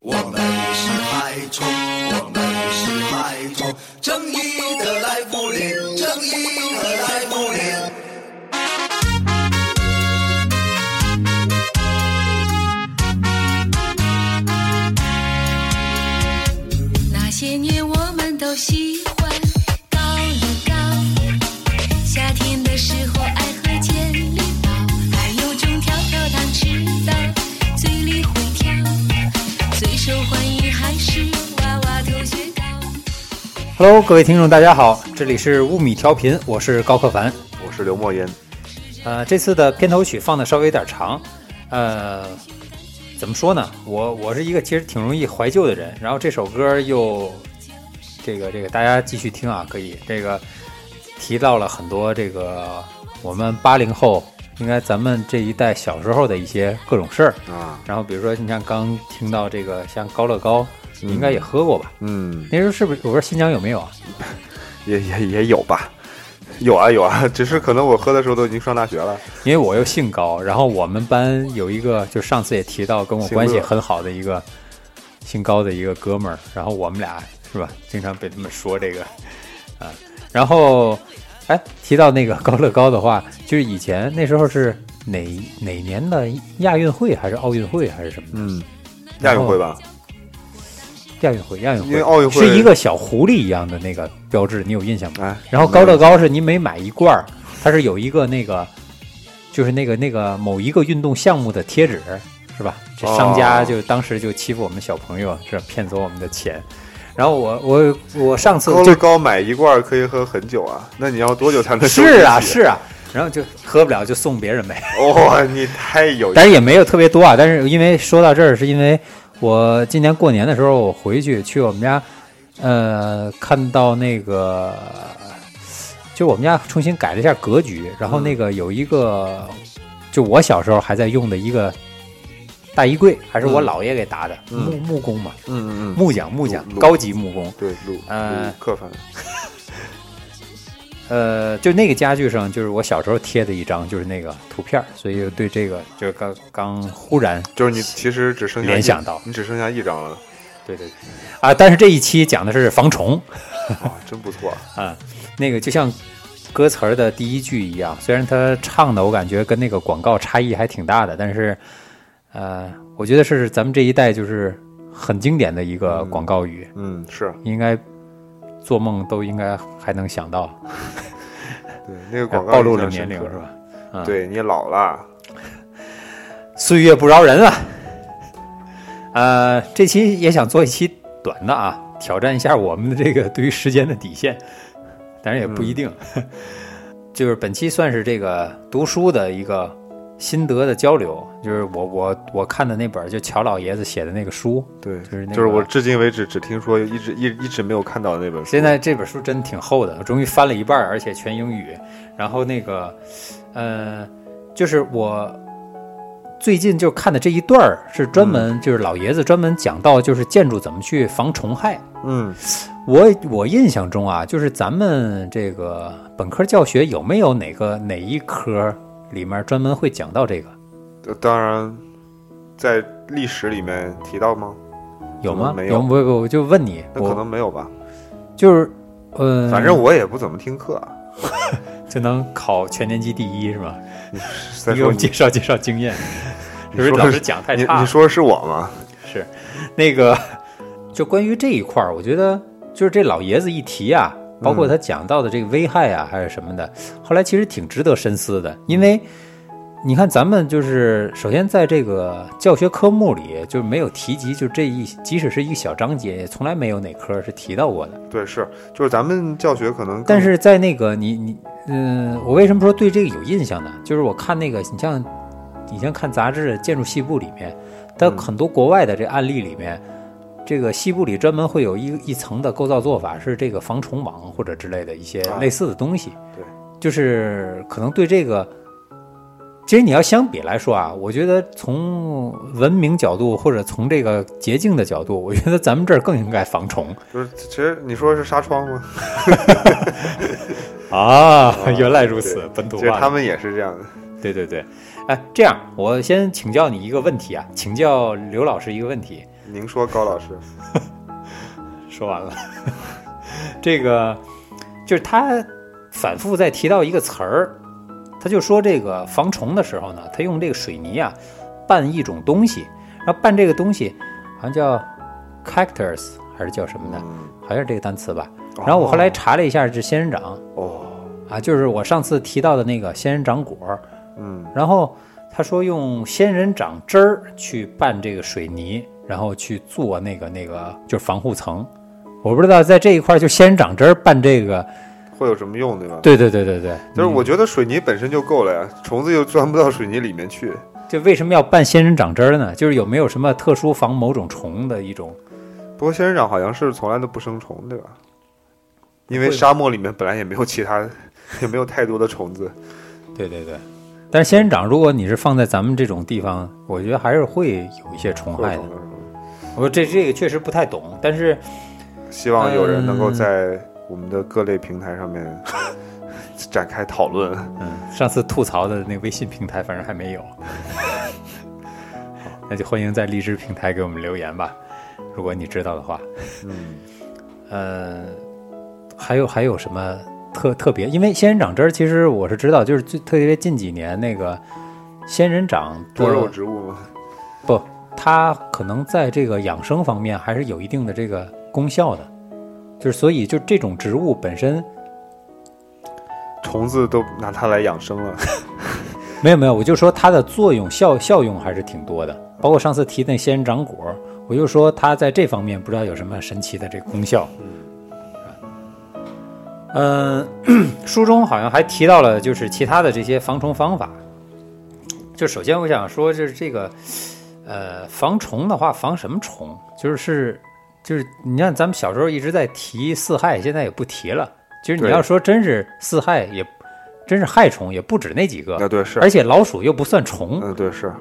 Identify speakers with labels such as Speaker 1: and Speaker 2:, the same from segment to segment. Speaker 1: 我们是海虫，我们是海虫，正义的来福林，正义的来福林。
Speaker 2: 那些年我们都喜欢高乐高，夏天的时候爱喝健力宝，还有种跳跳糖吃到嘴里会跳，最受欢迎还是娃娃头雪糕。
Speaker 3: Hello，各位听众，大家好，这里是物米调频，我是高克凡。
Speaker 4: 我是刘墨音，
Speaker 3: 呃，这次的片头曲放的稍微有点长，呃，怎么说呢？我我是一个其实挺容易怀旧的人，然后这首歌又这个这个大家继续听啊，可以这个提到了很多这个我们八零后，应该咱们这一代小时候的一些各种事儿
Speaker 4: 啊。
Speaker 3: 然后比如说，你像刚听到这个像高乐高，你应该也喝过吧？
Speaker 4: 嗯，
Speaker 3: 那时候是不是我不知道新疆有没有啊？
Speaker 4: 也也也有吧，有啊有啊，只是可能我喝的时候都已经上大学了。
Speaker 3: 因为我又姓高，然后我们班有一个，就上次也提到跟我关系很好的一个姓高的一个哥们儿，然后我们俩是吧，经常被他们说这个啊。然后，哎，提到那个高乐高的话，就是以前那时候是哪哪年的亚运会还是奥运会还是什么？
Speaker 4: 嗯，亚运会吧，
Speaker 3: 亚运会，亚运会，
Speaker 4: 因为奥运会
Speaker 3: 是一个小狐狸一样的那个标志，你有印象吗？
Speaker 4: 哎，
Speaker 3: 然后高乐高是你每买一罐儿，它是有一个那个，就是那个那个某一个运动项目的贴纸，是吧？这商家
Speaker 4: 哦
Speaker 3: 就当时就欺负我们小朋友，是吧骗走我们的钱。然后我我我上次
Speaker 4: 高
Speaker 3: 就
Speaker 4: 乐高买一罐可以喝很久啊，那你要多久才能收集起？
Speaker 3: 是啊是啊，然后就喝不了就送别人呗，
Speaker 4: 哇、你太有
Speaker 3: 但是也没有特别多啊。但是因为说到这儿，是因为我今年过年的时候我回去去我们家，呃，看到那个就我们家重新改了一下格局，然后
Speaker 4: 嗯
Speaker 3: 那个有一个，就我小时候还在用的一个大衣柜，还是我
Speaker 4: 嗯
Speaker 3: 姥爷给搭的、
Speaker 4: 嗯
Speaker 3: 木木工嘛，
Speaker 4: 嗯嗯嗯，
Speaker 3: 木匠木匠
Speaker 4: 木
Speaker 3: 高级木工，
Speaker 4: 对，鲁
Speaker 3: 呃
Speaker 4: 鲁克凡，
Speaker 3: 呃，就那个家具上就是我小时候贴的一张就是那个图片儿，所以对这个就是刚刚忽然
Speaker 4: 就是你其实只剩下一
Speaker 3: 联想到
Speaker 4: 你只剩下一张了，
Speaker 3: 对对对啊，但是这一期讲的是防虫
Speaker 4: 哇，真不错。
Speaker 3: 啊，那个就像。歌词儿的第一句一样，虽然他唱的我感觉跟那个广告差异还挺大的，但是，呃，我觉得是咱们这一代就是很经典的一个广告语，
Speaker 4: 嗯，是
Speaker 3: 应该做梦都应该还能想到，
Speaker 4: 对那个
Speaker 3: 哎
Speaker 4: 广告
Speaker 3: 暴露了
Speaker 4: 印
Speaker 3: 年
Speaker 4: 象
Speaker 3: 龄
Speaker 4: 深刻
Speaker 3: 是吧？？嗯
Speaker 4: 对你老了，
Speaker 3: 岁月不饶人啊。呃，这期也想做一期短的啊，挑战一下我们的这个对于时间的底线，当然也不一定。 就是本期算是这个读书的一个心得的交流，就是我我我看的那本儿就乔老爷子写的那个书，
Speaker 4: 对，
Speaker 3: 就是那个
Speaker 4: 就是我至今为止只听说，一直一一直没有看到那本书。
Speaker 3: 现在这本书真挺厚的，我终于翻了一半儿，而且全英语。然后那个，呃，就是我最近就看的这一段儿是专门、
Speaker 4: 嗯
Speaker 3: 就是老爷子专门讲到就是建筑怎么去防虫害。
Speaker 4: 嗯，
Speaker 3: 我我印象中啊，就是咱们这个本科教学有没有哪个哪一科里面专门会讲到这个？
Speaker 4: 呃当然，在历史里面提到吗？
Speaker 3: 有吗？
Speaker 4: 可能嗯没有
Speaker 3: 不不，我就问你，
Speaker 4: 那可
Speaker 3: 我
Speaker 4: 能没有吧。
Speaker 3: 就是，呃，
Speaker 4: 反正我也不怎么听课啊。
Speaker 3: 就能考全年级第一是吧？
Speaker 4: 再
Speaker 3: 你给我
Speaker 4: 说
Speaker 3: 们介绍介绍经 验，是不是
Speaker 4: 说
Speaker 3: 老师讲太
Speaker 4: 你
Speaker 3: 差
Speaker 4: 你
Speaker 3: 了？
Speaker 4: 说是我吗？
Speaker 3: 是，那个 就关于这一块儿，我觉得就是这老爷子一提啊，
Speaker 4: 嗯
Speaker 3: 包括他讲到的这个危害啊，还是什么的，后来其实挺值得深思的，因为你看咱们就是首先在这个教学科目里就是没有提及，就这一即使是一小章节，也从来没有哪科是提到过的。
Speaker 4: 对，是就是咱们教学可能更，
Speaker 3: 但是在那个你你嗯、我为什么说对这个有印象呢？就是我看那个，你像以前看杂志《建筑细部》里面，它
Speaker 4: 嗯
Speaker 3: 很多国外的这案例里面，这个细部里专门会有一一层的构造做法是这个防虫网或者之类的一些
Speaker 4: 啊
Speaker 3: 类似的东西。
Speaker 4: 对，
Speaker 3: 就是可能对这个。其实你要相比来说啊，我觉得从文明角度或者从这个洁净的角度，我觉得咱们这儿更应该防虫
Speaker 4: 就是其实你说是纱窗吗？
Speaker 3: 啊
Speaker 4: 原来如此
Speaker 3: 本土
Speaker 4: 其实他们也是这样的。
Speaker 3: 对对对，哎，这样我先请教你一个问题啊，请教刘老师一个问题，
Speaker 4: 您说，高老师，
Speaker 3: 说完了， 这个就是他反复在提到一个词儿，他就说这个防虫的时候呢，他用这个水泥啊拌一种东西，然后拌这个东西好像叫 cactus 还是叫什么呢？
Speaker 4: 嗯，
Speaker 3: 好像是这个单词吧。然后我后来查了一下，是仙人掌
Speaker 4: 哦，
Speaker 3: 啊，就是我上次提到的那个仙人掌果儿。
Speaker 4: 嗯，
Speaker 3: 然后他说用仙人掌汁儿去拌这个水泥，然后去做那个那个就是防护层。我不知道在这一块儿就仙人掌汁儿拌这个，
Speaker 4: 会有什么用，对吧？
Speaker 3: 对对对对对，
Speaker 4: 就是我觉得水泥本身就够了呀，虫子又钻不到水泥里面去。
Speaker 3: 就为什么要拌仙人掌汁儿呢？就是有没有什么特殊防某种虫的一种？
Speaker 4: 不过仙人掌好像是从来都不生虫，对吧？因为
Speaker 3: 会吗
Speaker 4: 沙漠里面本来也没有其他， 也没有太多的虫子。
Speaker 3: 对对对。但是仙人掌，如果你是放在咱们这种地方，我觉得还是会有一些虫
Speaker 4: 会
Speaker 3: 害
Speaker 4: 有
Speaker 3: 的
Speaker 4: 虫。子
Speaker 3: 我这这个确实不太懂，但是
Speaker 4: 希望有人能够在
Speaker 3: 嗯
Speaker 4: 我们的各类平台上面 展开讨论。
Speaker 3: 嗯，上次吐槽的那个微信平台，反正还没有。 那就欢迎在荔枝平台给我们留言吧，如果你知道的话。
Speaker 4: 嗯，
Speaker 3: 呃，还有还有什么特特别？因为仙人掌汁儿，其实我是知道，就是最特别近几年那个仙人掌的
Speaker 4: 多肉植物吗？
Speaker 3: 不，它可能在这个养生方面还是有一定的这个功效的，就是所以就这种植物本身
Speaker 4: 虫子都拿它来养生了。
Speaker 3: 没有没有，我就说它的作用效效用还是挺多的，包括上次提那仙人掌果，我就说它在这方面不知道有什么神奇的这个功效。嗯， 书中好像还提到了就是其他的这些防虫方法。就首先我想说，就是这个，呃，防虫的话，防什么虫？就是是就是，你看咱们小时候一直在提四害，现在也不提了。其实你
Speaker 4: 对
Speaker 3: 要说真是四害也，真是害虫也不止那几个。
Speaker 4: 那啊对是，
Speaker 3: 而且老鼠又不算虫，
Speaker 4: 嗯，对，是，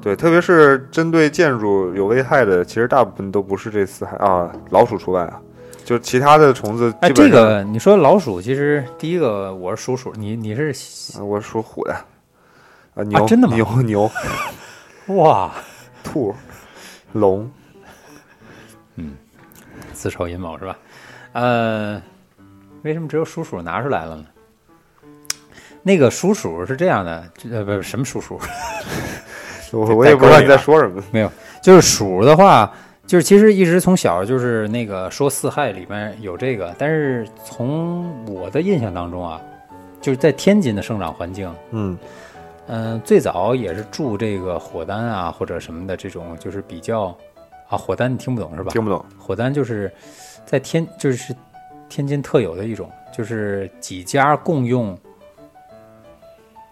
Speaker 4: 对，特别是针对建筑有危害的，其实大部分都不是这四害啊，老鼠除外啊，就其他的虫子
Speaker 3: 哎，
Speaker 4: 基
Speaker 3: 这
Speaker 4: 本上。
Speaker 3: 个你说老鼠，其实第一个我是属鼠，你你是
Speaker 4: 啊我属虎的，啊牛、
Speaker 3: 真的吗
Speaker 4: 牛牛
Speaker 3: 哇，
Speaker 4: 兔龙，
Speaker 3: 自丑寅卯是吧？呃，为什么只有鼠鼠拿出来了呢？那个鼠鼠是这样的，这呃，不是什么鼠鼠，
Speaker 4: 我我也不知道
Speaker 3: 啊
Speaker 4: 你在说什么。
Speaker 3: 没有，就是鼠的话，就是其实一直从小就是那个说四害里面有这个，但是从我的印象当中啊，就是在天津的生长环境，
Speaker 4: 嗯，
Speaker 3: 嗯，最早也是住这个火丹啊，或者什么的这种，就是比较啊，火丹你听不懂是吧？
Speaker 4: 听不懂。
Speaker 3: 火丹就是在天就是天津特有的一种，就是几家共用，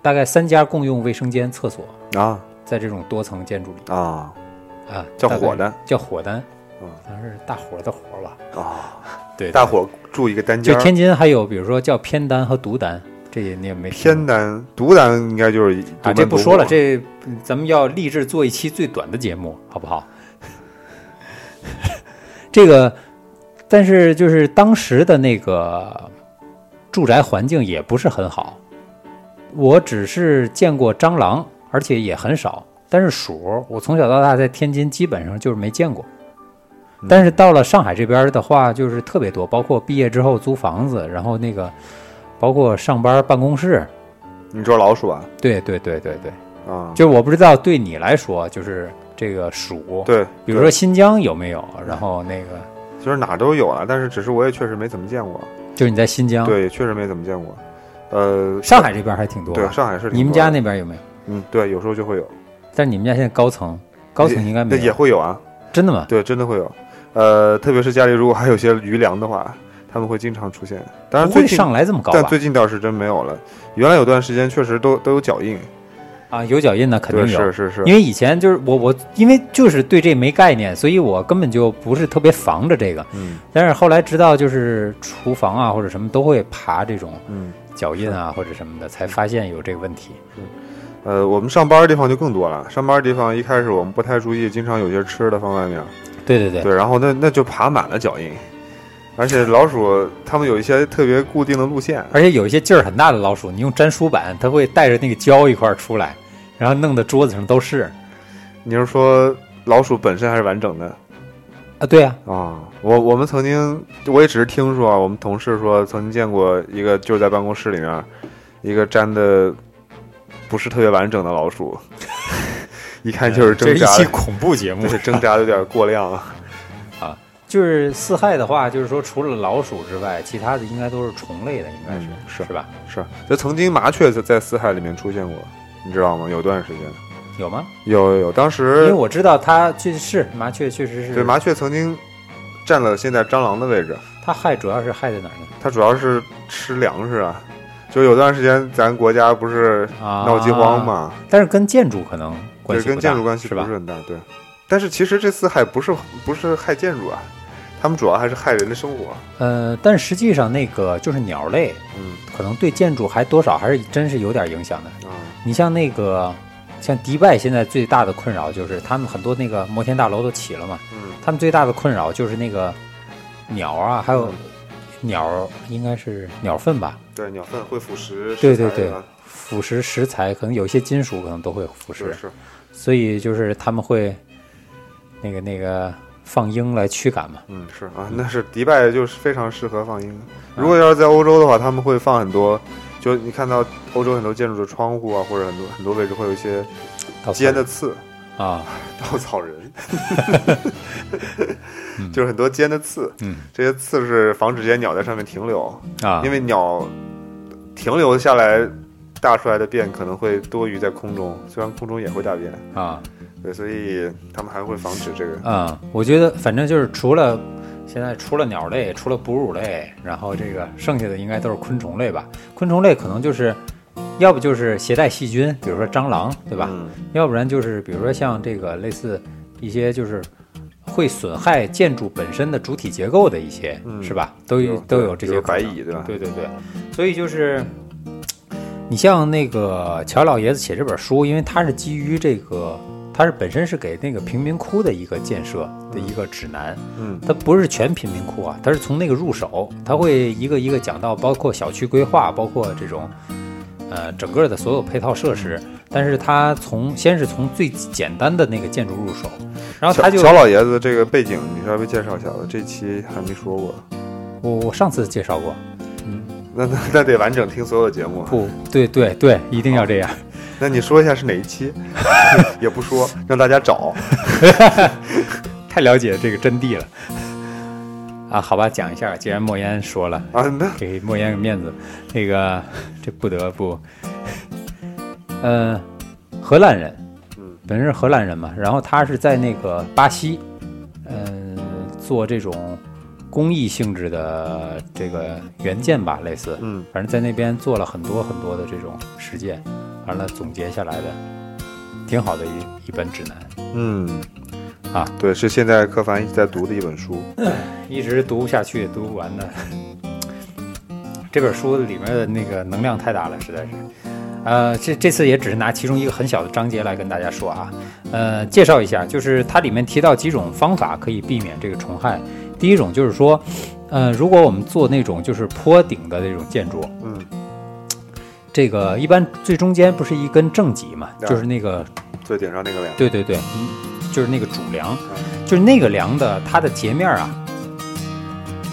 Speaker 3: 大概三家共用卫生间、厕所，
Speaker 4: 啊
Speaker 3: 在这种多层建筑里
Speaker 4: 啊
Speaker 3: 啊，
Speaker 4: 叫
Speaker 3: 大概
Speaker 4: 火丹，
Speaker 3: 叫火丹，
Speaker 4: 嗯
Speaker 3: 好像是大火的火吧？
Speaker 4: 啊！
Speaker 3: 对，
Speaker 4: 大伙住一个单
Speaker 3: 就
Speaker 4: 间儿，
Speaker 3: 天津还有比如说叫偏单和独单，这你也没听过
Speaker 4: 偏南独男应该就是一
Speaker 3: 啊，
Speaker 4: 独
Speaker 3: 这
Speaker 4: 门
Speaker 3: 不
Speaker 4: 独
Speaker 3: 说了，
Speaker 4: 户
Speaker 3: 这咱们要立志做一期最短的节目，好不好？ 这个，但是就是当时的那个住宅环境也不是很好，我只是见过蟑螂，而且也很少。但是鼠，我从小到大在天津基本上就是没见过。
Speaker 4: 嗯
Speaker 3: 但是到了上海这边的话，就是特别多，包括毕业之后租房子，然后那个，包括上班办公室，
Speaker 4: 你说老鼠啊
Speaker 3: 对对对对对，
Speaker 4: 啊，
Speaker 3: 就是我不知道对你来说，就是这个鼠，
Speaker 4: 对，
Speaker 3: 比如说新疆有没有？然后那个
Speaker 4: 就是哪儿都有了，但是只是我也确实没怎么见过，
Speaker 3: 就是你在新疆，
Speaker 4: 对，也确实没怎么见过。呃，
Speaker 3: 啊上海这边还挺多吧。啊
Speaker 4: 对上海是挺
Speaker 3: 你们
Speaker 4: 多
Speaker 3: 家
Speaker 4: 的
Speaker 3: 那边有没有？
Speaker 4: 嗯对，有时候就会有
Speaker 3: 但是你们家现在高层，高层应该
Speaker 4: 那
Speaker 3: 没
Speaker 4: 也
Speaker 3: 有，
Speaker 4: 会有啊，
Speaker 3: 真的吗？
Speaker 4: 对，真的会有。呃，特别是家里如果还有些余粮的话，他们会经常出现。当然
Speaker 3: 不
Speaker 4: 最
Speaker 3: 会
Speaker 4: 近，
Speaker 3: 上来这么高
Speaker 4: 但
Speaker 3: 吧？
Speaker 4: 最近倒是真没有了。原来有段时间确实都都有脚印，
Speaker 3: 啊，有脚印的肯
Speaker 4: 对，
Speaker 3: 定有
Speaker 4: 是，是是，
Speaker 3: 因为以前就是我我因为就是对这没概念，所以我根本就不是特别防着这个。
Speaker 4: 嗯
Speaker 3: 但是后来知道就是厨房啊或者什么都会爬这种
Speaker 4: 嗯，
Speaker 3: 脚印啊或者什么的，才发现有这个问题。
Speaker 4: 呃，我们上班的地方就更多了。上班的地方一开始我们不太注意，经常有些吃的放外面，
Speaker 3: 对对对，
Speaker 4: 对，然后那那就爬满了脚印，而且老鼠它们有一些特别固定的路线，
Speaker 3: 而且有一些劲儿很大的老鼠，你用粘鼠板，它会带着那个胶一块儿出来，然后弄得桌子上都是。
Speaker 4: 你是说老鼠本身还是完整的？
Speaker 3: 啊，对呀、
Speaker 4: 啊，我我们曾经，我也只是听说啊，我们同事说曾经见过一个就是在办公室里面，一个粘的不是特别完整的老鼠， 一看就是
Speaker 3: 呃这
Speaker 4: 挣
Speaker 3: 是一
Speaker 4: 扎
Speaker 3: 期
Speaker 4: 的，
Speaker 3: 恐怖节目
Speaker 4: 对，挣扎的有点过量啊了。
Speaker 3: 就是四害的话，就是说除了老鼠之外，其他的应该都是虫类的，应该是、
Speaker 4: 嗯是
Speaker 3: 是吧？
Speaker 4: 是，就曾经麻雀在在四海里面出现过，你知道吗？有段时间，
Speaker 3: 有吗？
Speaker 4: 有有有，当
Speaker 3: 因为
Speaker 4: 时
Speaker 3: 我知道它确是麻雀，确实是
Speaker 4: 对呃麻雀曾经占了现在蟑螂的位置，
Speaker 3: 它害主要是害在哪儿呢？
Speaker 4: 它主要是吃粮食啊。就有段时间咱国家不是
Speaker 3: 啊，
Speaker 4: 闹饥荒嘛，
Speaker 3: 但是跟建筑可能关
Speaker 4: 对，
Speaker 3: 系
Speaker 4: 跟
Speaker 3: 不
Speaker 4: 建
Speaker 3: 大
Speaker 4: 筑关系
Speaker 3: 是
Speaker 4: 不
Speaker 3: 吧
Speaker 4: 是？很大，对。但是其实这四害不是不是害建筑啊，他们主要还是害人的生活。
Speaker 3: 呃，但实际上那个就是鸟类，
Speaker 4: 嗯
Speaker 3: 可能对建筑还多少还是真是有点影响的。
Speaker 4: 啊，
Speaker 3: 你像那个，像迪拜现在最大的困扰就是他们很多那个摩天大楼都起了嘛，
Speaker 4: 嗯
Speaker 3: 他们最大的困扰就是那个鸟啊，还有
Speaker 4: 嗯
Speaker 3: 鸟应该是鸟粪吧，
Speaker 4: 对，鸟粪会腐蚀。
Speaker 3: 对
Speaker 4: 食
Speaker 3: 对
Speaker 4: 材
Speaker 3: 对
Speaker 4: 啊
Speaker 3: 腐蚀食材，可能有一些金属可能都会腐
Speaker 4: 是
Speaker 3: 蚀，
Speaker 4: 是，
Speaker 3: 所以就是他们会那个那个放鹰来驱赶嘛。
Speaker 4: 嗯是啊，那是迪拜就是非常适合放鹰。如果要是在欧洲的话，他们会放很多，就你看到欧洲很多建筑的窗户啊，或者很多很多位置会有一些
Speaker 3: 到
Speaker 4: 尖的刺，
Speaker 3: 啊，
Speaker 4: 稻草 人， 就是很多尖的刺，
Speaker 3: 嗯
Speaker 4: 这些刺是防止这些鸟在上面停留。
Speaker 3: 啊，
Speaker 4: 因为鸟停留下来大出来的便可能会多余在空中，虽然空中也会大便，
Speaker 3: 啊。
Speaker 4: 对，所以他们还会防止这个。
Speaker 3: 嗯，我觉得反正就是除了现在除了鸟类，除了哺乳类，然后这个剩下的应该都是昆虫类吧。昆虫类可能就是要不就是携带细菌，比如说蟑螂，对吧？
Speaker 4: 嗯
Speaker 3: 要不然就是比如说像这个类似一些就是会损害建筑本身的主体结构的一些，
Speaker 4: 嗯
Speaker 3: 是吧？都有
Speaker 4: 比如
Speaker 3: 都有这
Speaker 4: 比
Speaker 3: 些
Speaker 4: 如白
Speaker 3: 可能
Speaker 4: 蚁对吧
Speaker 3: 对对对，所以就是。你像那个乔老爷子写这本书，因为他是基于这个，他是本身是给那个贫民窟的一个建设的一个指南，
Speaker 4: 嗯
Speaker 3: 它不是全贫民窟啊，它是从那个入手，它会一个一个讲到，包括小区规划，包括这种，呃，整个的所有配套设施。但是它从先是从最简单的那个建筑入手，然后
Speaker 4: 乔
Speaker 3: 他就
Speaker 4: 乔老爷子这个背景，你稍微介绍一下吧，这期还没说过，
Speaker 3: 我我上次介绍过，
Speaker 4: 那那那得完整听所有节目。啊
Speaker 3: 不对对对，一定要这样。
Speaker 4: 那你说一下是哪一期？也不说，让大家找。
Speaker 3: 太了解这个真谛了。啊，好吧，讲一下，既然莫言说了，
Speaker 4: 啊，那
Speaker 3: 给莫言个面子，那个这不得不，呃，荷兰人，
Speaker 4: 嗯
Speaker 3: 本身是荷兰人嘛，然后他是在那个巴西，嗯、做这种公益性质的这个原件吧，类似，
Speaker 4: 嗯
Speaker 3: 反正在那边做了很多很多的这种实践，完了总结下来的，挺好的一一本指南。
Speaker 4: 嗯
Speaker 3: 啊，
Speaker 4: 对，是现在柯凡一直在读的一本书。
Speaker 3: 一直读不下去，读不完的。 这本书里面的那个能量太大了，实在是。呃，这这次也只是拿其中一个很小的章节来跟大家说啊，呃，介绍一下，就是它里面提到几种方法可以避免这个虫害。第一种就是说，呃，如果我们做那种就是坡顶的那种建筑，
Speaker 4: 嗯，
Speaker 3: 这个一般最中间不是一根正极嘛，
Speaker 4: 对
Speaker 3: 就是那个
Speaker 4: 最顶上那个梁。
Speaker 3: 对对对，嗯就是那个主梁，
Speaker 4: 嗯
Speaker 3: 就是那个梁的它的截面啊，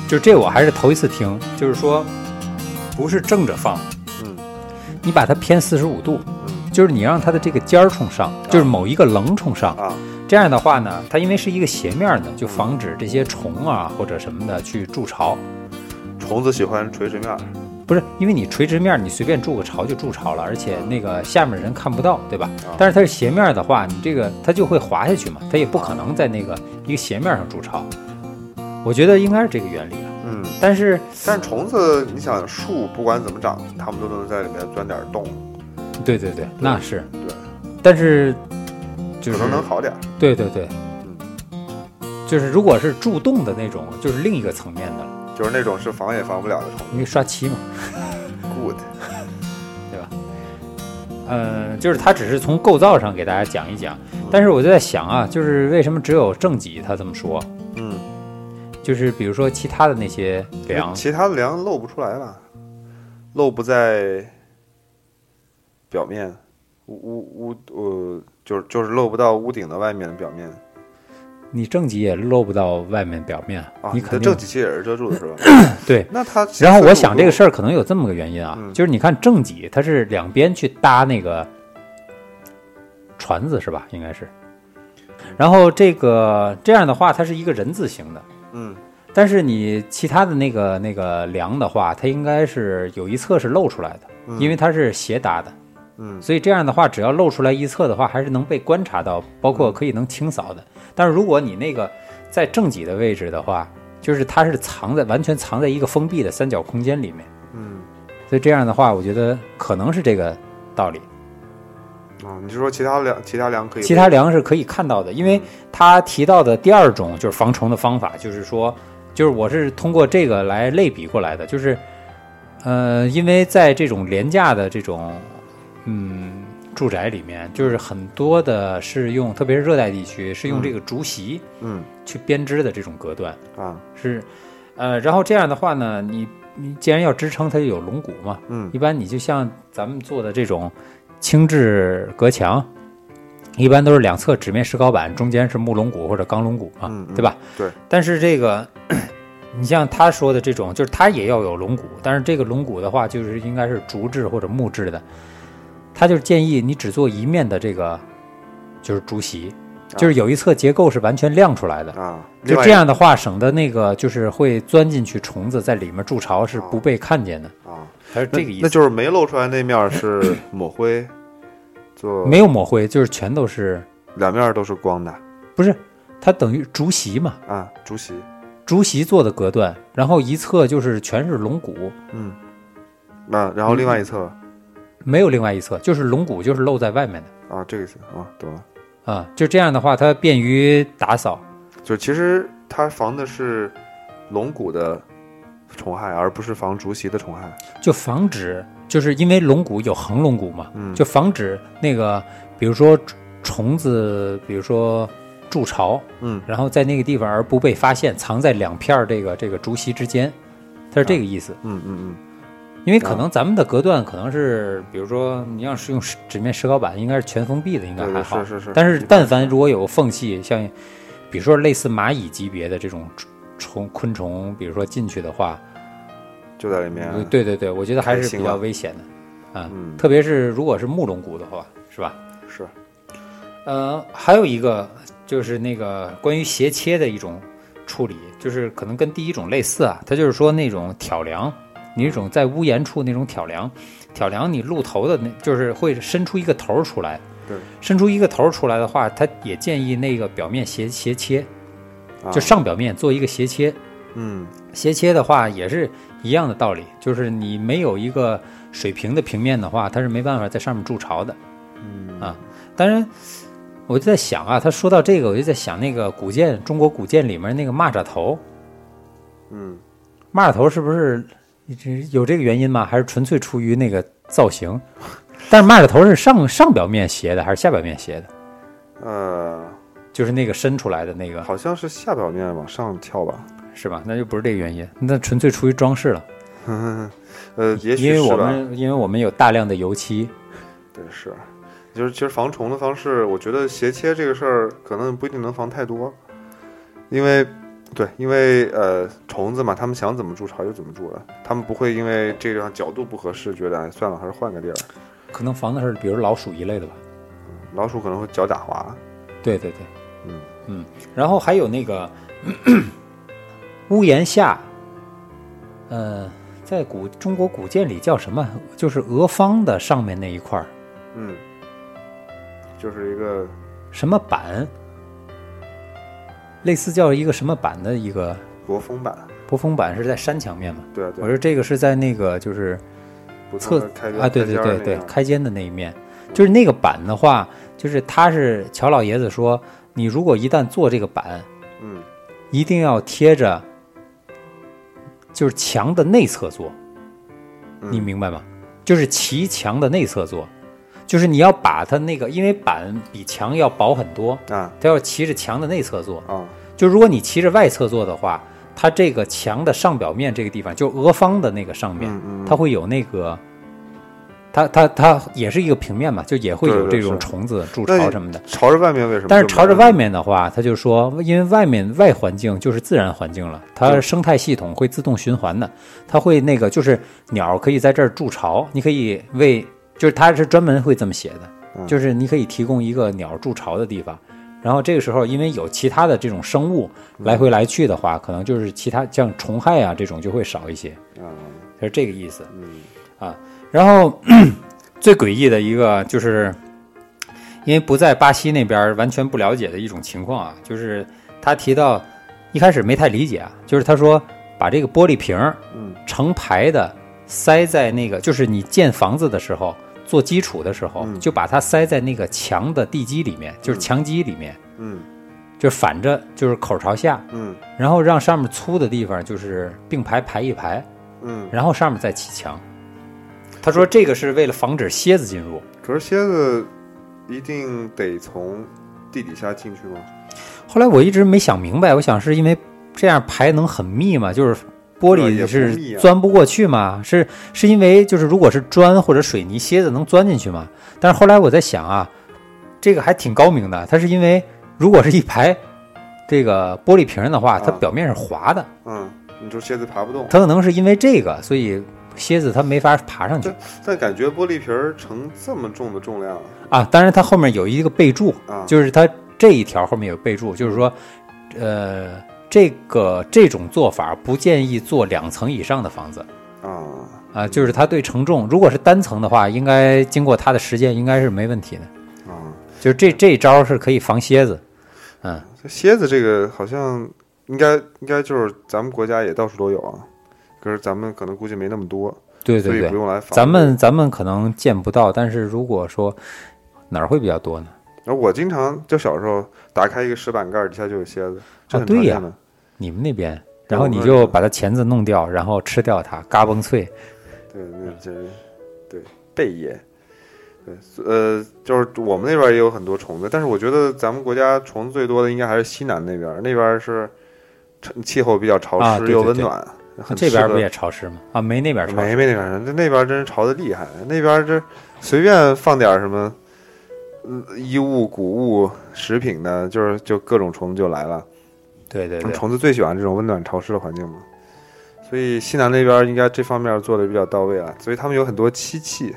Speaker 3: 就是这我还是头一次听，就是说不是正着放，
Speaker 4: 嗯
Speaker 3: 你把它偏四十五度，
Speaker 4: 嗯
Speaker 3: 就是你让它的这个尖儿冲上，就是某一个棱冲上。
Speaker 4: 啊，
Speaker 3: 这样的话呢，它因为是一个斜面呢，就防止这些虫啊或者什么的去筑巢。
Speaker 4: 虫子喜欢垂直面儿。
Speaker 3: 不是，因为你垂直面儿，你随便筑个巢就筑巢了，而且那个下面的人看不到，对吧
Speaker 4: 啊？
Speaker 3: 但是它是斜面儿的话，你这个它就会滑下去嘛，它也不可能在那个一个斜面儿上筑巢。我觉得应该是这个原理啊，
Speaker 4: 嗯。
Speaker 3: 但是
Speaker 4: 但是虫子，你想树不管怎么长，它们都能在里面钻点洞，
Speaker 3: 对对对，那是，
Speaker 4: 对，
Speaker 3: 但是就是
Speaker 4: 可能能好点儿。
Speaker 3: 对对对，就是如果是筑洞的那种，就是另一个层面的了，
Speaker 4: 就是那种是防也防不了的虫
Speaker 3: 因为刷漆嘛。
Speaker 4: ，good。
Speaker 3: 呃，就是它只是从构造上给大家讲一讲，但是我就在想啊，就是为什么只有正极它这么说？
Speaker 4: 嗯，
Speaker 3: 就是比如说其他的那些梁，
Speaker 4: 其他的梁露不出来吧？露不在表面，屋屋屋呃，就是就是露不到屋顶的外面的表面。
Speaker 3: 你正极也露不到外面表面，
Speaker 4: 啊，
Speaker 3: 你
Speaker 4: 的
Speaker 3: 肯定
Speaker 4: 正极其实也是遮住的是吧？
Speaker 3: 对。
Speaker 4: 那它，
Speaker 3: 然后我想这个事儿可能有这么个原因啊，
Speaker 4: 嗯
Speaker 3: 就是你看正极它是两边去搭那个船子是吧？应该是。
Speaker 4: 嗯
Speaker 3: 然后这个这样的话，它是一个人字形的，
Speaker 4: 嗯，
Speaker 3: 但是你其他的那个那个梁的话，它应该是有一侧是露出来的，
Speaker 4: 嗯
Speaker 3: 因为它是斜搭的，
Speaker 4: 嗯
Speaker 3: 所以这样的话，只要露出来一侧的话，还是能被观察到，包
Speaker 4: 嗯
Speaker 3: 括可以能清扫的。但是如果你那个在正脊的位置的话，就是它是藏在完全藏在一个封闭的三角空间里面，
Speaker 4: 嗯，
Speaker 3: 所以这样的话，我觉得可能是这个道理。
Speaker 4: 啊，你是说其他梁其他梁可以？
Speaker 3: 其他梁是可以看到的，因为他提到的第二种就是防虫的方法，就是说，就是我是通过这个来类比过来的，就是，呃，因为在这种廉价的这种，嗯，住宅里面，就是很多的是用，特别是热带地区是用这个竹席
Speaker 4: 嗯
Speaker 3: 去编织的这种隔断，
Speaker 4: 啊
Speaker 3: 是，呃，然后这样的话呢，你你既然要支撑，它就有龙骨嘛，
Speaker 4: 嗯
Speaker 3: 一般你就像咱们做的这种轻质隔墙，一般都是两侧纸面石膏板，中间是木龙骨或者钢龙骨嘛，
Speaker 4: 嗯嗯
Speaker 3: 对吧？
Speaker 4: 对。
Speaker 3: 但是这个，你像他说的这种，就是它也要有龙骨，但是这个龙骨的话，就是应该是竹制或者木质的。他就是建议你只做一面的这个，就是竹席，就是有一侧结构是完全亮出来的。
Speaker 4: 啊，
Speaker 3: 就
Speaker 4: 另外
Speaker 3: 这样的话，省得那个就是会钻进去虫子在里面筑巢是不被看见的，
Speaker 4: 啊，
Speaker 3: 它是
Speaker 4: 那
Speaker 3: 这个意思。
Speaker 4: 那就是没露出来那面儿是抹灰， 做
Speaker 3: 没有抹灰，就是全都是
Speaker 4: 两面儿都是光的
Speaker 3: 不是？它等于竹席嘛，
Speaker 4: 啊，竹席，
Speaker 3: 竹席做的隔断，然后一侧就是全是龙骨，
Speaker 4: 嗯，那然后另
Speaker 3: 嗯
Speaker 4: 外一侧
Speaker 3: 没有另外一侧，就是龙骨就是露在外面
Speaker 4: 啊，这个意思啊，懂了。
Speaker 3: 的啊。就这样的话，它便于打扫。
Speaker 4: 就其实它防的是龙骨的虫害，而不是防竹席的虫害。
Speaker 3: 就防止，就是因为龙骨有横龙骨嘛，
Speaker 4: 嗯
Speaker 3: 就防止那个，比如说虫子，比如说筑巢，
Speaker 4: 嗯，
Speaker 3: 然后在那个地方而不被发现，藏在两片儿这个这个竹席之间，它是这个意思。
Speaker 4: 嗯嗯
Speaker 3: 因为可能咱们的隔断可能是，比如说你要是用石纸面石膏板，应该是全封闭的，应该
Speaker 4: 对对
Speaker 3: 还好。
Speaker 4: 是是是
Speaker 3: 但是
Speaker 4: 一般
Speaker 3: 但凡如果有缝隙，像比如说类似蚂蚁级别的这种虫昆虫，比如说进去的话，
Speaker 4: 嗯，就在里面。
Speaker 3: 我对对对，我觉得还是比
Speaker 4: 开心
Speaker 3: 较
Speaker 4: 了
Speaker 3: 危险的，啊、
Speaker 4: 嗯
Speaker 3: 特别是如果是木龙骨的话，是吧？
Speaker 4: 是
Speaker 3: 呃，还有一个就是那个关于斜切的一种处理，就是可能跟第一种类似啊，它就是说那种挑梁，你那种在屋檐处那种挑梁，挑梁你露头的那，就是会伸出一个头儿出来，
Speaker 4: 对，
Speaker 3: 伸出一个头儿出来的话，它也建议那个表面斜斜切，
Speaker 4: 啊
Speaker 3: 就上表面做一个斜切，
Speaker 4: 嗯
Speaker 3: 斜切的话也是一样的道理，就是你没有一个水平的平面的话，它是没办法在上面筑巢的。
Speaker 4: 嗯
Speaker 3: 啊当然，我就在想啊，他说到这个，我就在想那个古建，中国古建里面那个蚂蚱头，
Speaker 4: 嗯
Speaker 3: 蚂蚱头是不是这有这个原因吗？还是纯粹出于那个造型？但是蚂蚱头是上上表面斜的还是下表面斜的？
Speaker 4: 呃，
Speaker 3: 就是那个伸出来的那个
Speaker 4: 好像是下表面往上翘吧。
Speaker 3: 是吧？那就不是这个原因，那纯粹出于装饰了。
Speaker 4: 呃，也
Speaker 3: 因
Speaker 4: 许
Speaker 3: 为
Speaker 4: 是
Speaker 3: 我
Speaker 4: 吧。
Speaker 3: 们因为我们有大量的油漆，
Speaker 4: 对，是，就是其实防虫的方式，我觉得斜切这个事儿可能不一定能防太多，因为对，因为呃虫子嘛，它们想怎么筑巢就怎么筑了，它们不会因为这个角度不合适觉得哎算了，还是换个地儿。
Speaker 3: 可能防的是比如老鼠一类的吧。
Speaker 4: 老鼠可能会脚打滑，
Speaker 3: 对对对，
Speaker 4: 嗯
Speaker 3: 嗯，然后还有那个 屋檐下，呃，在古中国古建里叫什么？就是俄方的上面那一块儿，
Speaker 4: 嗯，就是一个
Speaker 3: 什么板，类似叫一个什么板的一个
Speaker 4: 国风版，
Speaker 3: 波峰板是在山墙面嘛？
Speaker 4: 对啊
Speaker 3: 我
Speaker 4: 对啊，
Speaker 3: 说这个是在那个就是
Speaker 4: 不同
Speaker 3: 侧
Speaker 4: 的开边
Speaker 3: 啊，对对
Speaker 4: 开边
Speaker 3: 对
Speaker 4: 儿那
Speaker 3: 对，
Speaker 4: 样
Speaker 3: 开间的那一面，就是那个板的话，就是他是乔老爷子说，你如果一旦做这个板，
Speaker 4: 嗯
Speaker 3: 一定要贴着，就是墙的内侧做，
Speaker 4: 嗯
Speaker 3: 你明白吗？就是骑墙的内侧做，就是你要把它那个，因为板比墙要薄很多，
Speaker 4: 啊
Speaker 3: 它要骑着墙的内侧做。
Speaker 4: 啊
Speaker 3: 就如果你骑着外侧做的话，它这个墙的上表面这个地方，就俄方的那个上面，
Speaker 4: 嗯嗯嗯
Speaker 3: 它会有那个它它它也是一个平面嘛，就也会有
Speaker 4: 对对
Speaker 3: 这种
Speaker 4: 是
Speaker 3: 虫子筑
Speaker 4: 那
Speaker 3: 巢
Speaker 4: 你
Speaker 3: 什么的。
Speaker 4: 朝着外面为什么就没有？
Speaker 3: 但是朝着外面的话，他就说，因为外面外环境就是自然环境了，它
Speaker 4: 对
Speaker 3: 生态系统会自动循环的，它会那个就是鸟可以在这儿筑巢，你可以为就是它是专门会这么写的，
Speaker 4: 嗯
Speaker 3: 就是你可以提供一个鸟筑巢的地方。然后这个时候，因为有其他的这种生物
Speaker 4: 嗯
Speaker 3: 来回来去的话，可能就是其他像虫害啊这种就会少一些，
Speaker 4: 嗯
Speaker 3: 就是这个意思。啊
Speaker 4: 嗯
Speaker 3: 然后 最诡异的一个就是，因为不在巴西那边儿完全不了解的一种情况啊，就是他提到一开始没太理解啊，就是他说把这个玻璃瓶儿
Speaker 4: 嗯
Speaker 3: 成排的塞在那个，就是你建房子的时候做基础的时候，
Speaker 4: 嗯
Speaker 3: 就把它塞在那个墙的地基里面，就是墙基里面，
Speaker 4: 嗯
Speaker 3: 就反着就是口朝下，
Speaker 4: 嗯
Speaker 3: 然后让上面粗的地方就是并排排一排，
Speaker 4: 嗯。
Speaker 3: 然后上面再砌墙。他说这个是为了防止蝎子进入。
Speaker 4: 可是蝎子一定得从地底下进去吗？
Speaker 3: 后来我一直没想明白，我想是因为这样排能很密吗？就是玻
Speaker 4: 对也
Speaker 3: 璃
Speaker 4: 不
Speaker 3: 是
Speaker 4: 密啊
Speaker 3: 钻不过去吗？是是因为就是如果是砖或者水泥，蝎子能钻进去吗？但是后来我在想啊，这个还挺高明的。它是因为如果是一排这个玻璃瓶的话，它
Speaker 4: 啊
Speaker 3: 表面是滑的，
Speaker 4: 嗯，你说蝎子爬不动，
Speaker 3: 它可能是因为这个，所以蝎子它没法爬上去
Speaker 4: 对但感觉玻璃瓶儿承这么重的重量，
Speaker 3: 啊。当然，它后面有一个备注，
Speaker 4: 啊，
Speaker 3: 就是它这一条后面有备注，就是说，呃，这个这种做法不建议做两层以上的房子
Speaker 4: 啊，
Speaker 3: 啊、就是它对承重，如果是单层的话，应该经过它的实践，应该是没问题的。
Speaker 4: 啊，
Speaker 3: 就是这这一招是可以防蝎子，嗯，
Speaker 4: 这蝎子这个好像应该应该就是咱们国家也到处都有啊，可是咱们可能估计没那么多，
Speaker 3: 对
Speaker 4: 所
Speaker 3: 对
Speaker 4: 以不
Speaker 3: 对，
Speaker 4: 用来防。
Speaker 3: 咱们咱们可能见不到，但是如果说哪儿会比较多呢？
Speaker 4: 然后我经常就小时候打开一个石板盖儿，底下就有蝎子，这
Speaker 3: 啊
Speaker 4: 很
Speaker 3: 对
Speaker 4: 常
Speaker 3: 呀
Speaker 4: 见的。
Speaker 3: 你们那边，
Speaker 4: 对
Speaker 3: 然后
Speaker 4: 我
Speaker 3: 你
Speaker 4: 们
Speaker 3: 就把它钳子弄掉，然后吃掉它，嘎嘣脆，
Speaker 4: 对，那这对嗯贝叶，对，呃，就是我们那边也有很多虫子，但是我觉得咱们国家虫子最多的应该还是西南那边，那边是成气候比较潮
Speaker 3: 啊对
Speaker 4: 湿
Speaker 3: 对
Speaker 4: 又温暖，很
Speaker 3: 这边
Speaker 4: 适合
Speaker 3: 不也潮湿吗？啊，没那边潮湿
Speaker 4: 没没那边儿，那那边儿真是潮的厉害，那边儿这随便放点儿什么。嗯衣物、谷物、食品的，就是就各种虫子就来了。
Speaker 3: 对对对，
Speaker 4: 虫子最喜欢这种温暖潮湿的环境嘛，所以西南那边应该这方面做的比较到位了，所以他们有很多漆器，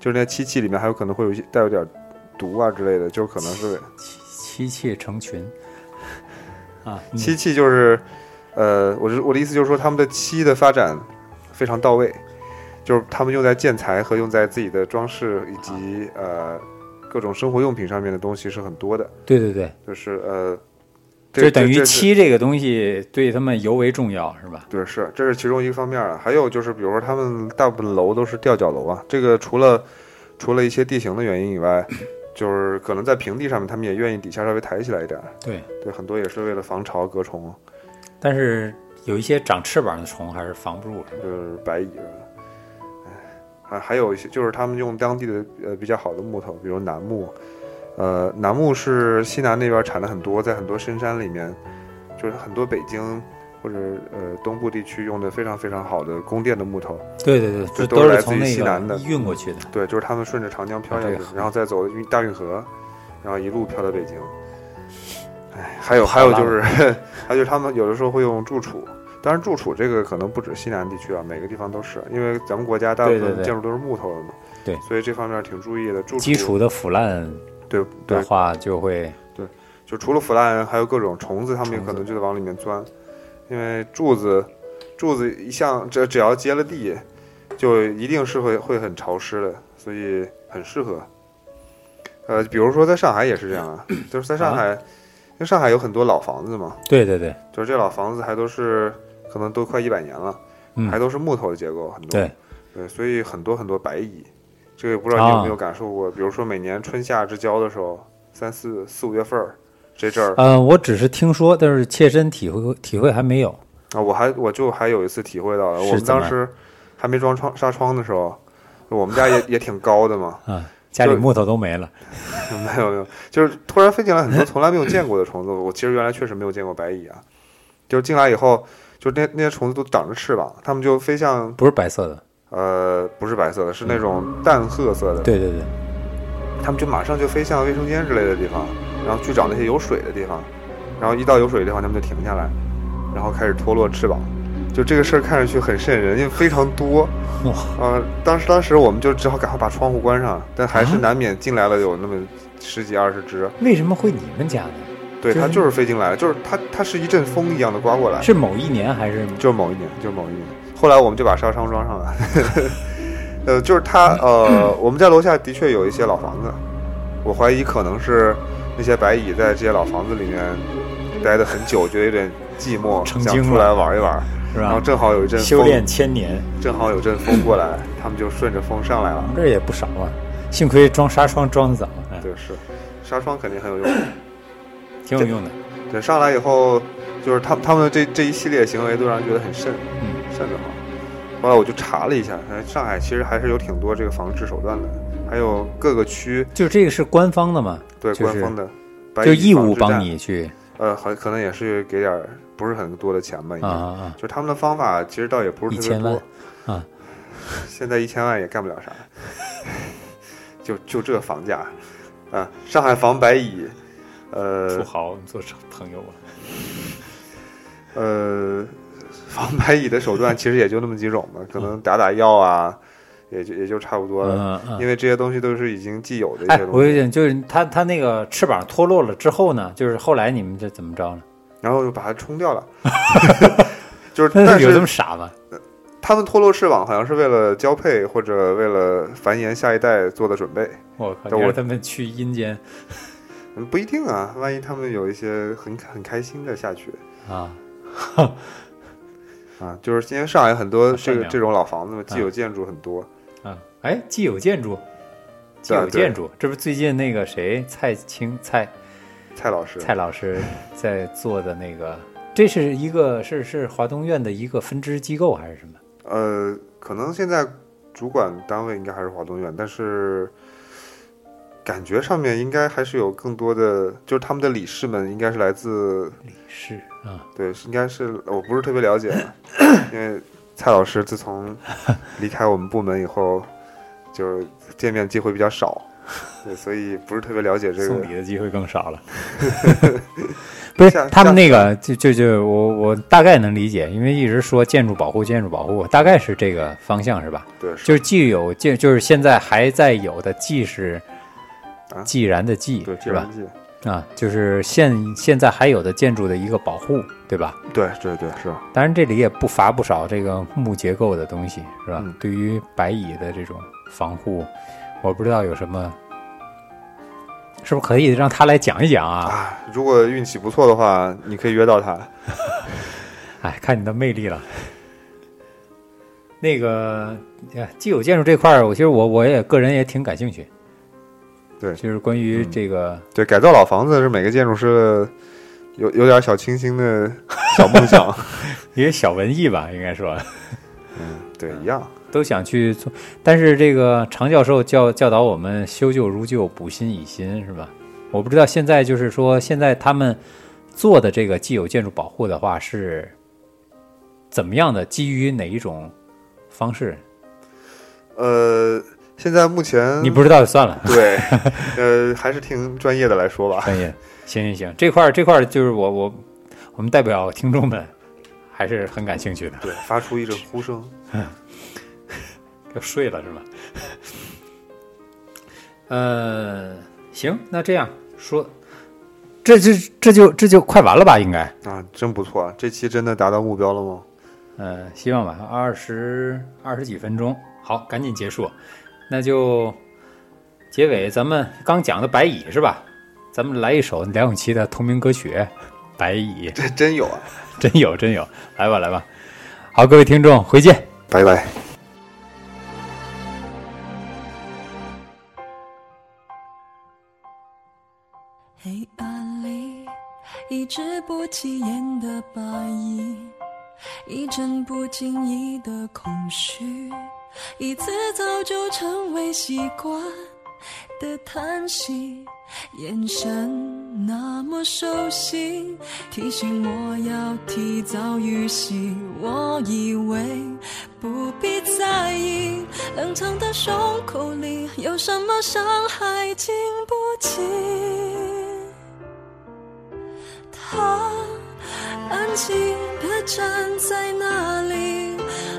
Speaker 4: 就是那漆器里面还有可能会有一些带有点毒啊之类的，就是可能是
Speaker 3: 妻妾成群啊，你
Speaker 4: 漆器就是，呃，我是我的意思就是说他们的漆的发展非常到位，就是他们用在建材和用在自己的装饰以及
Speaker 3: 啊
Speaker 4: 呃各种生活用品上面的东西是很多的，
Speaker 3: 对对对，
Speaker 4: 就是呃，这
Speaker 3: 就等于
Speaker 4: 这是
Speaker 3: 漆这个东西对他们尤为重要，是吧？
Speaker 4: 对，是，这是其中一个方面啊。还有就是，比如说他们大部分楼都是吊脚楼啊，这个除了除了一些地形的原因以外，就是可能在平地上面，他们也愿意底下稍微抬起来一点儿。
Speaker 3: 对，
Speaker 4: 对，很多也是为了防潮隔虫，
Speaker 3: 但是有一些长翅膀的虫还是防不住，是吧
Speaker 4: 就是白蚁啊。哎，还还有一些就是他们用当地的呃比较好的木头，比如楠木。呃，楠木是西南那边产的很多，在很多深山里面，就是很多北京或者呃东部地区用的非常非常好的宫殿的木头。
Speaker 3: 对对对，这
Speaker 4: 都是
Speaker 3: 是
Speaker 4: 来自
Speaker 3: 从
Speaker 4: 于
Speaker 3: 那
Speaker 4: 西南
Speaker 3: 个
Speaker 4: 的
Speaker 3: 运过去的。
Speaker 4: 对，就是他们顺着长江漂下去
Speaker 3: 啊这，个
Speaker 4: 然后再走运大运河，然后一路漂到北京。哎，还有还有就是，还有就是他们有的时候会用住处，当然住处这个可能不止西南地区啊，每个地方都是，因为咱们国家大部
Speaker 3: 对对
Speaker 4: 分
Speaker 3: 对
Speaker 4: 建筑都是木头的嘛，
Speaker 3: 对
Speaker 4: 所以这方面挺注意的。住
Speaker 3: 基础的腐烂
Speaker 4: 对
Speaker 3: 的
Speaker 4: 对，
Speaker 3: 话，就会
Speaker 4: 就除了腐烂，还有各种虫子，他们有
Speaker 3: 虫
Speaker 4: 可
Speaker 3: 子
Speaker 4: 能就得往里面钻，因为柱子，柱子一向只只要接了地，就一定是会会很潮湿的，所以很适合。呃，比如说在上海也是这样啊，就是在上海，因为上海有很多老房子嘛，
Speaker 3: 对对对，
Speaker 4: 就是这老房子还都是可能都快一百年了，
Speaker 3: 嗯
Speaker 4: 还都是木头的结构，很多
Speaker 3: 对
Speaker 4: 对，所以很多很多白蚁，这个不知道你有
Speaker 3: 啊
Speaker 4: 没有感受过？比如说每年春夏之交的时候，三四四五月份儿，这阵儿
Speaker 3: 呃，我只是听说，但是切身体会体会还没有。
Speaker 4: 啊，我还我就还有一次体会到了，
Speaker 3: 是
Speaker 4: 我们
Speaker 3: 怎么
Speaker 4: 当时还没装窗纱窗的时候，我们家也也挺高的嘛，
Speaker 3: 啊，家里
Speaker 4: 就是
Speaker 3: 木头都没了，
Speaker 4: 没有没有，就是突然飞进来很多从来没有见过的虫子，我其实原来确实没有见过白蚁啊，就是进来以后，就那那些虫子都长着翅膀，它们就飞向
Speaker 3: 不是白色的，
Speaker 4: 呃，不是白色的，是那种淡褐色的，
Speaker 3: 对对对，
Speaker 4: 他们就马上就飞向卫生间之类的地方，然后去找那些有水的地方，然后一到有水的地方，他们就停下来，然后开始脱落翅膀。就这个事儿看上去很瘆人，因为非常多。
Speaker 3: 哇，
Speaker 4: 呃，当时当时我们就只好赶快把窗户关上，但还是
Speaker 3: 啊
Speaker 4: 难免进来了有那么十几二十只。
Speaker 3: 为什么会你们家呢？
Speaker 4: 对，
Speaker 3: 就是
Speaker 4: 它就是飞进来了，就是它它是一阵风一样的刮过来，
Speaker 3: 是某一年还是
Speaker 4: 哎就是某一年，就是某一年。后来我们就把纱窗装上了。 呃，就是它呃，我们家楼下的确有一些老房子，我怀疑可能是那些白蚁在这些老房子里面待的很久，觉得有点寂寞，
Speaker 3: 成
Speaker 4: 想
Speaker 3: 精
Speaker 4: 出
Speaker 3: 了
Speaker 4: 来玩一玩。
Speaker 3: 是
Speaker 4: 然后
Speaker 3: 吧？
Speaker 4: 正好有一阵风，
Speaker 3: 修炼千年，
Speaker 4: 正好有阵风过来，他们就顺着风上来了
Speaker 3: 我。们这儿也不少啊。幸亏装纱窗装的早，哎，
Speaker 4: 对，是纱窗肯定很有用。
Speaker 3: 挺有用的。
Speaker 4: 对，上来以后，就是他他们的这这一系列行为都让人觉得很瘆，
Speaker 3: 嗯，
Speaker 4: 瘆得慌。后来我就查了一下，哎上海其实还是有挺多这个防治手段的，还有各个区
Speaker 3: 就这个是官方的嘛？
Speaker 4: 对
Speaker 3: 就是
Speaker 4: 官方的，白
Speaker 3: 就
Speaker 4: 蚁
Speaker 3: 义务
Speaker 4: 防治站
Speaker 3: 帮，你去
Speaker 4: 呃，很可能也是给点儿不是很多的钱吧，
Speaker 3: 啊
Speaker 4: 应该。
Speaker 3: 啊啊！
Speaker 4: 就是他们的方法其实倒也哎不是特别
Speaker 3: 1000
Speaker 4: 多
Speaker 3: 万，啊，
Speaker 4: 现在一千万也干不了啥， 就就这房价，啊，上海房白蚁，呃
Speaker 3: 豪，你做朋友啊？
Speaker 4: 呃， 防白蚁的手段其实也就那么几种吧，可能打打药啊，也就也就差不多了，
Speaker 3: 嗯嗯。
Speaker 4: 因为这些东西都是已经既有的一
Speaker 3: 哎
Speaker 4: 些，
Speaker 3: 我
Speaker 4: 东
Speaker 3: 有
Speaker 4: 西，
Speaker 3: 点就是它它那个翅膀脱落了之后呢，就是后来你们这怎么着呢？
Speaker 4: 然后就把它冲 掉了，就是但
Speaker 3: 那 有这么
Speaker 4: 是
Speaker 3: 傻吗？
Speaker 4: 他们脱落翅膀好像是为了交配或者为了繁衍下一代做的准备。
Speaker 3: 我靠！
Speaker 4: 但
Speaker 3: 你
Speaker 4: 我
Speaker 3: 让他们去阴间
Speaker 4: 嗯，不一定啊，万一他们有一些很很开心的下去
Speaker 3: 啊？
Speaker 4: 啊，就是因为上海很多
Speaker 3: 啊
Speaker 4: 这
Speaker 3: 善
Speaker 4: 个
Speaker 3: 良嗯
Speaker 4: 这种老房子嘛，既有建筑很多，
Speaker 3: 啊，哎，既有建筑，既
Speaker 4: 对啊
Speaker 3: 有
Speaker 4: 对
Speaker 3: 建筑，这不是最近那个谁蔡青蔡
Speaker 4: 蔡老师，
Speaker 3: 蔡老师在做的那个，这是一个是是华东院的一个分支机构还是什么？
Speaker 4: 呃，可能现在主管单位应该还是华东院，但是感觉上面应该还是有更多的，就是他们的理事们应该是来自，
Speaker 3: 是啊，
Speaker 4: 对，是应该是我不是特别了解 啊，因为蔡老师自从离开我们部门以后，就是见面机会比 较少，对，所以不是特别了解这个
Speaker 3: 送。礼的机会更 少了。不是
Speaker 4: 下
Speaker 3: 他们那个，就就就我我大概能理解，因为一直说建筑保护，建筑保护，大概是这个方向是吧？
Speaker 4: 对，是
Speaker 3: 就是既有既就是现在还在有的既是
Speaker 4: 啊
Speaker 3: 既然的既、
Speaker 4: 对，
Speaker 3: 是吧？
Speaker 4: 记。
Speaker 3: 啊，就是现现在还有的建筑的一个保护，对吧？
Speaker 4: 对对对，是
Speaker 3: 当然，这里也不乏不少这个木结构的东西，是吧？
Speaker 4: 嗯
Speaker 3: 对于白蚁的这种防护，我不知道有什么，是不是可以让他来讲一讲啊？
Speaker 4: 啊。如果运气不错的话，你可以约到他。
Speaker 3: 哎，看你的魅力了。那个哎既有建筑这块儿，我其实我我也个人也挺感兴趣。
Speaker 4: 对嗯
Speaker 3: 就是关于这个，
Speaker 4: 对，改造老房子是每个建筑师的有有点小清新的小梦想。
Speaker 3: 一个小文艺吧，应该说。
Speaker 4: 嗯，对，一样。
Speaker 3: 都想去做，但是这个常教授教教导我们修旧如旧，补新以新，是吧？我不知道现在就是说，现在他们做的这个既有建筑保护的话是怎么样的，基于哪一种方式？
Speaker 4: 呃，现在目前
Speaker 3: 你不知道就算了，
Speaker 4: 对， 呃，还是听专业的来说吧。
Speaker 3: 专业。行行行，这块儿这块儿就是我我我们代表听众们还是很感兴趣的。
Speaker 4: 对，发出一阵呼声。
Speaker 3: 要睡了是吧？呃，行，那这样说，这这这就这就快完了吧？应该，
Speaker 4: 啊，真不错，这期真的达到目标了吗？
Speaker 3: 呃，希望吧，二十二十几分钟，好，赶紧结束，那就结尾咱们刚讲的白蚁是吧？咱们来一首梁咏琪的同名歌曲《白蚁》，
Speaker 4: 这真有啊！
Speaker 3: 真有真有，来吧来吧，好，各位听众，回见。
Speaker 4: 拜拜。
Speaker 5: 黑暗里，一只不起眼的白蚁，一阵不经意的空虚，一次早就成为习惯的叹息，眼神那么熟悉，提醒我要提早预习。我以为不必在意。冷藏的胸口里有什么伤害经不起？他安静地站在那里，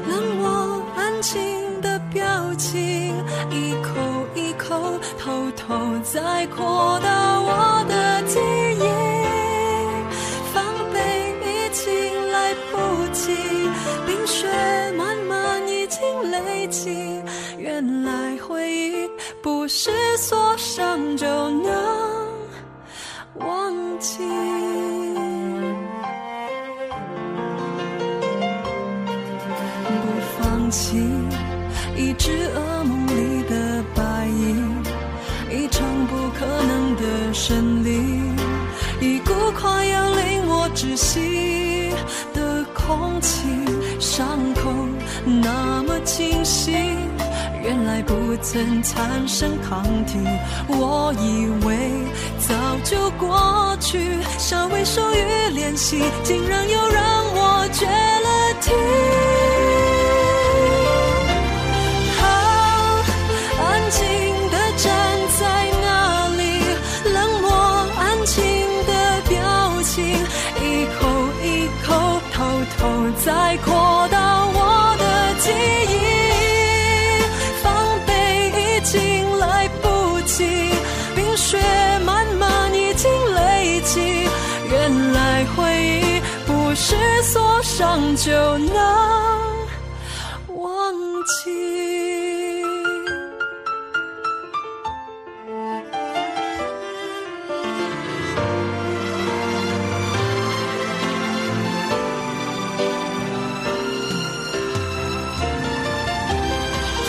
Speaker 5: 冷漠安静的表情，一口一口偷偷在扩大我的记忆，防备已经来不及，冰雪慢慢已经累积，原来回忆不是锁上就能忘记。不放弃，一只噩梦里的白蚁，一场不可能的胜利，一股快要令我窒息的空气，伤口那么清晰，原来不曾产生抗体，我以为早就过去，稍微疏于联系，竟然又让我绝了体。他安静地站在那里，冷漠安静的表情，一口一口偷偷在扩大我的记忆，防备已经来不及，冰雪慢慢已经累积，原来回忆不是锁上就能。忘记。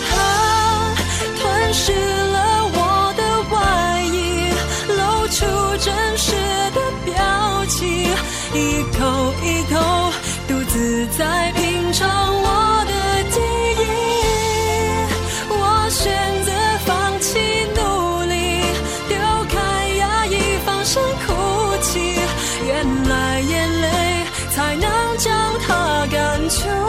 Speaker 5: 它吞噬了我的外衣，露出真实的表情，一口一口独自在品尝我的记忆。我选择放弃努力，丢开压抑，放声哭泣。原来眼泪才能将它赶出。